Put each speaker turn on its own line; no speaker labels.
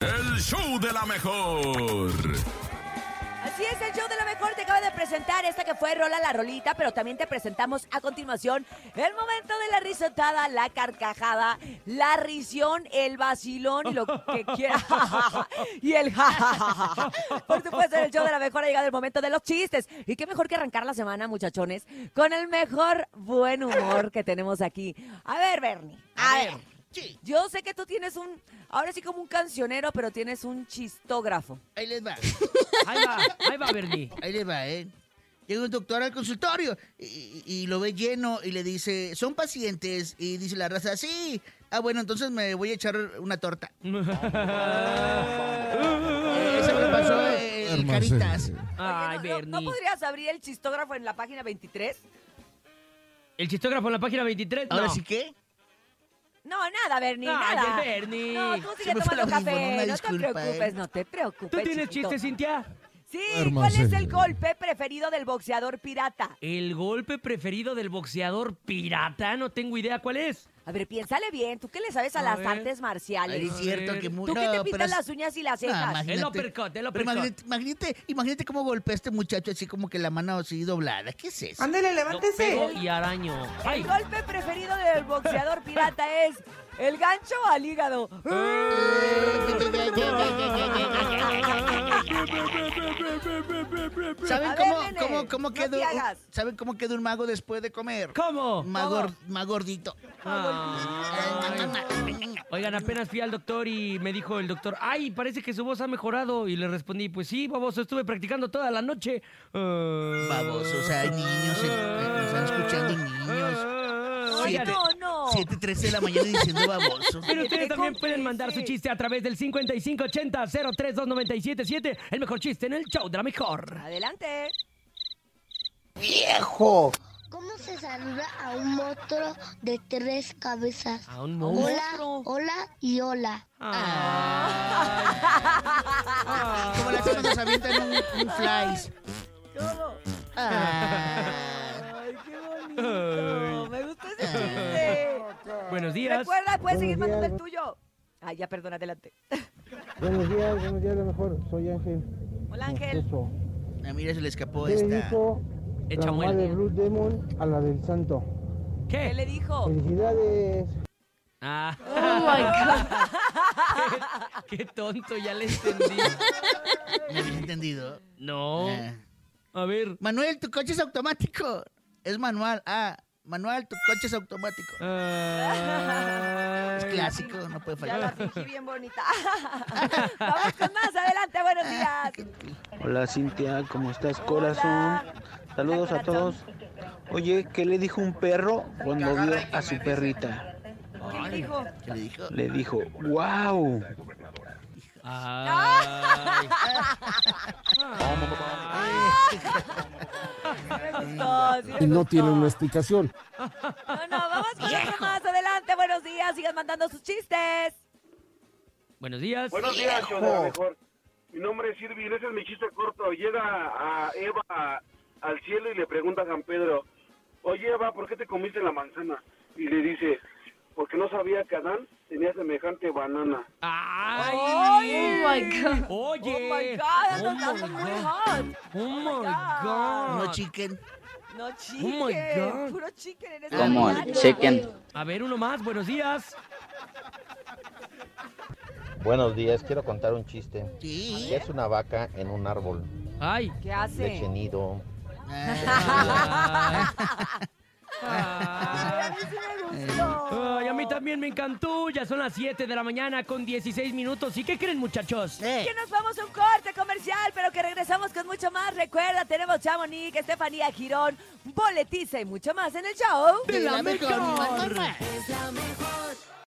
el show de la mejor.
Así es, el show de la mejor te acaba de presentar esta que fue Rola la Rolita, pero también te presentamos a continuación el momento de la risotada, la carcajada, la risión, el vacilón y lo que quiera. y el jajajaja. Por supuesto, en el show de la mejor ha llegado el momento de los chistes. Y qué mejor que arrancar la semana, muchachones, con el mejor buen humor que tenemos aquí. A ver, Bernie, a, ver.
Sí,
Yo sé que tú tienes un, ahora sí como un cancionero, pero tienes un chistógrafo.
ahí les va.
Ahí va, ahí va, Bernie.
Ahí les va, ¿eh? Llega un doctor al consultorio y, y lo ve lleno y le dice, ¿son pacientes? Y dice la raza, sí. Ah, bueno, entonces me voy a echar una torta. Eh, Eso me pasó eh, el
Hermoso.
Caritas.
Ay,
Oye, ¿no- no, no
Bernie.
podrías abrir el chistógrafo en la página 23?
¿El chistógrafo en la página 23?
Ahora
no.
sí que...
No, nada, Bernie,
Ay,
nada.
el Bernie.
No, tú
Se
sigue
me
tomando
fue lo mismo,
café.
una
No te
disculpa,
preocupes,
¿eh?
no te preocupes.
¿Tú tienes
chiquito.
chistes, Cintia?
Sí, ¿cuál
Hermoso.
es el golpe preferido del boxeador pirata?
El golpe preferido del boxeador pirata, no tengo idea cuál es.
A ver, piénsale bien. ¿Tú qué le sabes a,
A
las
ver.
artes marciales?
Ay, es cierto
ver.
que... mu-
¿Tú qué
no,
te
pero
pintas
es-
las uñas y las
No,
cejas?
imagínate.
El uppercut, el
Pero
uppercut.
imagínate, imagínate, imagínate cómo golpea a este muchacho así como que la mano así doblada. ¿Qué es eso?
Ándele,
Lo
levántese.
pego y araño. Ay,
el golpe preferido del boxeador pirata es el gancho al hígado.
¿Saben
A ver,
cómo,
nene,
cómo, cómo
no
quedó?
te hagas.
¿Saben cómo quedó un mago después de comer?
¿cómo?
Más,
¿Cómo?
gor- más gordito.
Ay. Oigan, apenas fui al doctor y me dijo el doctor, ay, parece que su voz ha mejorado. Y le respondí, pues sí, baboso, estuve practicando toda la noche. Ah.
Babosos, hay niños, eh, eh, nos están escuchando niños.
Ay,
Ah. Oigan,
Siete.
no, no.
7.13 de la mañana diciendo baboso.
Pero ustedes
Te
también pueden
confesé.
mandar su chiste a través del 5580-032977. El mejor chiste en el show de la mejor.
Adelante.
¿Cómo se saluda a un monstruo de tres cabezas?
A un Ah.
Hola,
monstruo.
hola y hola.
Ah.
Como las que nos avientan un, un flies.
¿Cómo?
Ah.
Ay, qué bonito. Me gustó ese chiste.
Ah. Buenos días.
Recuerda, puedes seguir mandando el tuyo. Ay, ya, perdón, adelante.
Buenos días, buenos días, lo mejor. Soy Ángel.
Hola, Ángel.
Eso.
Ah, mira, se le escapó
¿Qué le
esta.
dijo
Echa
la mamá
muela.
de Blue Demon a la del Santo?
¿Qué
¿Qué?
le Oh, dijo?
Felicidades.
Ah. qué, qué tonto, ya le entendí.
¿No habías entendido?
No.
Ah.
A ver.
Manuel, tu coche es automático. Es manual. Ah, Manuel, tu coche es automático.
Ah.
Es clásico, no puede
Ya la
fallar.
fingí bien bonita. Vamos con más, adelante, buenos días.
Hola Cintia, ¿cómo estás
Hola.
corazón? Saludos
Hola,
a todos. Oye, ¿qué le dijo un perro cuando vio a su perrita?
¿Qué le dijo?
¿Qué le dijo?
Le dijo, wow.
Ah.
Ay.
Me gustó, sí me
Y no
gustó.
tiene una explicación.
No, no, vamos con otro más, adelante, buenos días. Sigan mandando sus chistes.
Buenos días.
Buenos días, yo de la mejor. Mi nombre es Irving, ese es mi chiste corto. Llega a Eva a- al cielo y le pregunta a San Pedro, oye Eva, ¿por qué te comiste la manzana? Y le dice, porque no sabía que Adán tenía semejante banana.
Ay. Oye.
Oh my God,
Oh
andan dando
my
muy
God.
hot.
Oh my
God.
God.
No, chicken.
No chicken,
Oh God.
puro chicken en este
Come
horario.
A ver, uno más. Buenos días.
Buenos días, quiero contar un chiste.
Sí.
Es una vaca en un árbol.
Ay.
¿Qué
Le
hace?
eche nido.
Ah.
Ay.
Ay, a mí sí me gustó.
Ay, a mí también me encantó. Ya son las 7 de la mañana con 16 minutos. ¿Y qué creen, muchachos?
Eh,
Que nos vamos a un corte comercial, pero que regresamos con mucho más. Recuerda, tenemos Chamonix, Estefanía Girón, Boletiza y mucho más en el show.
de la mejor.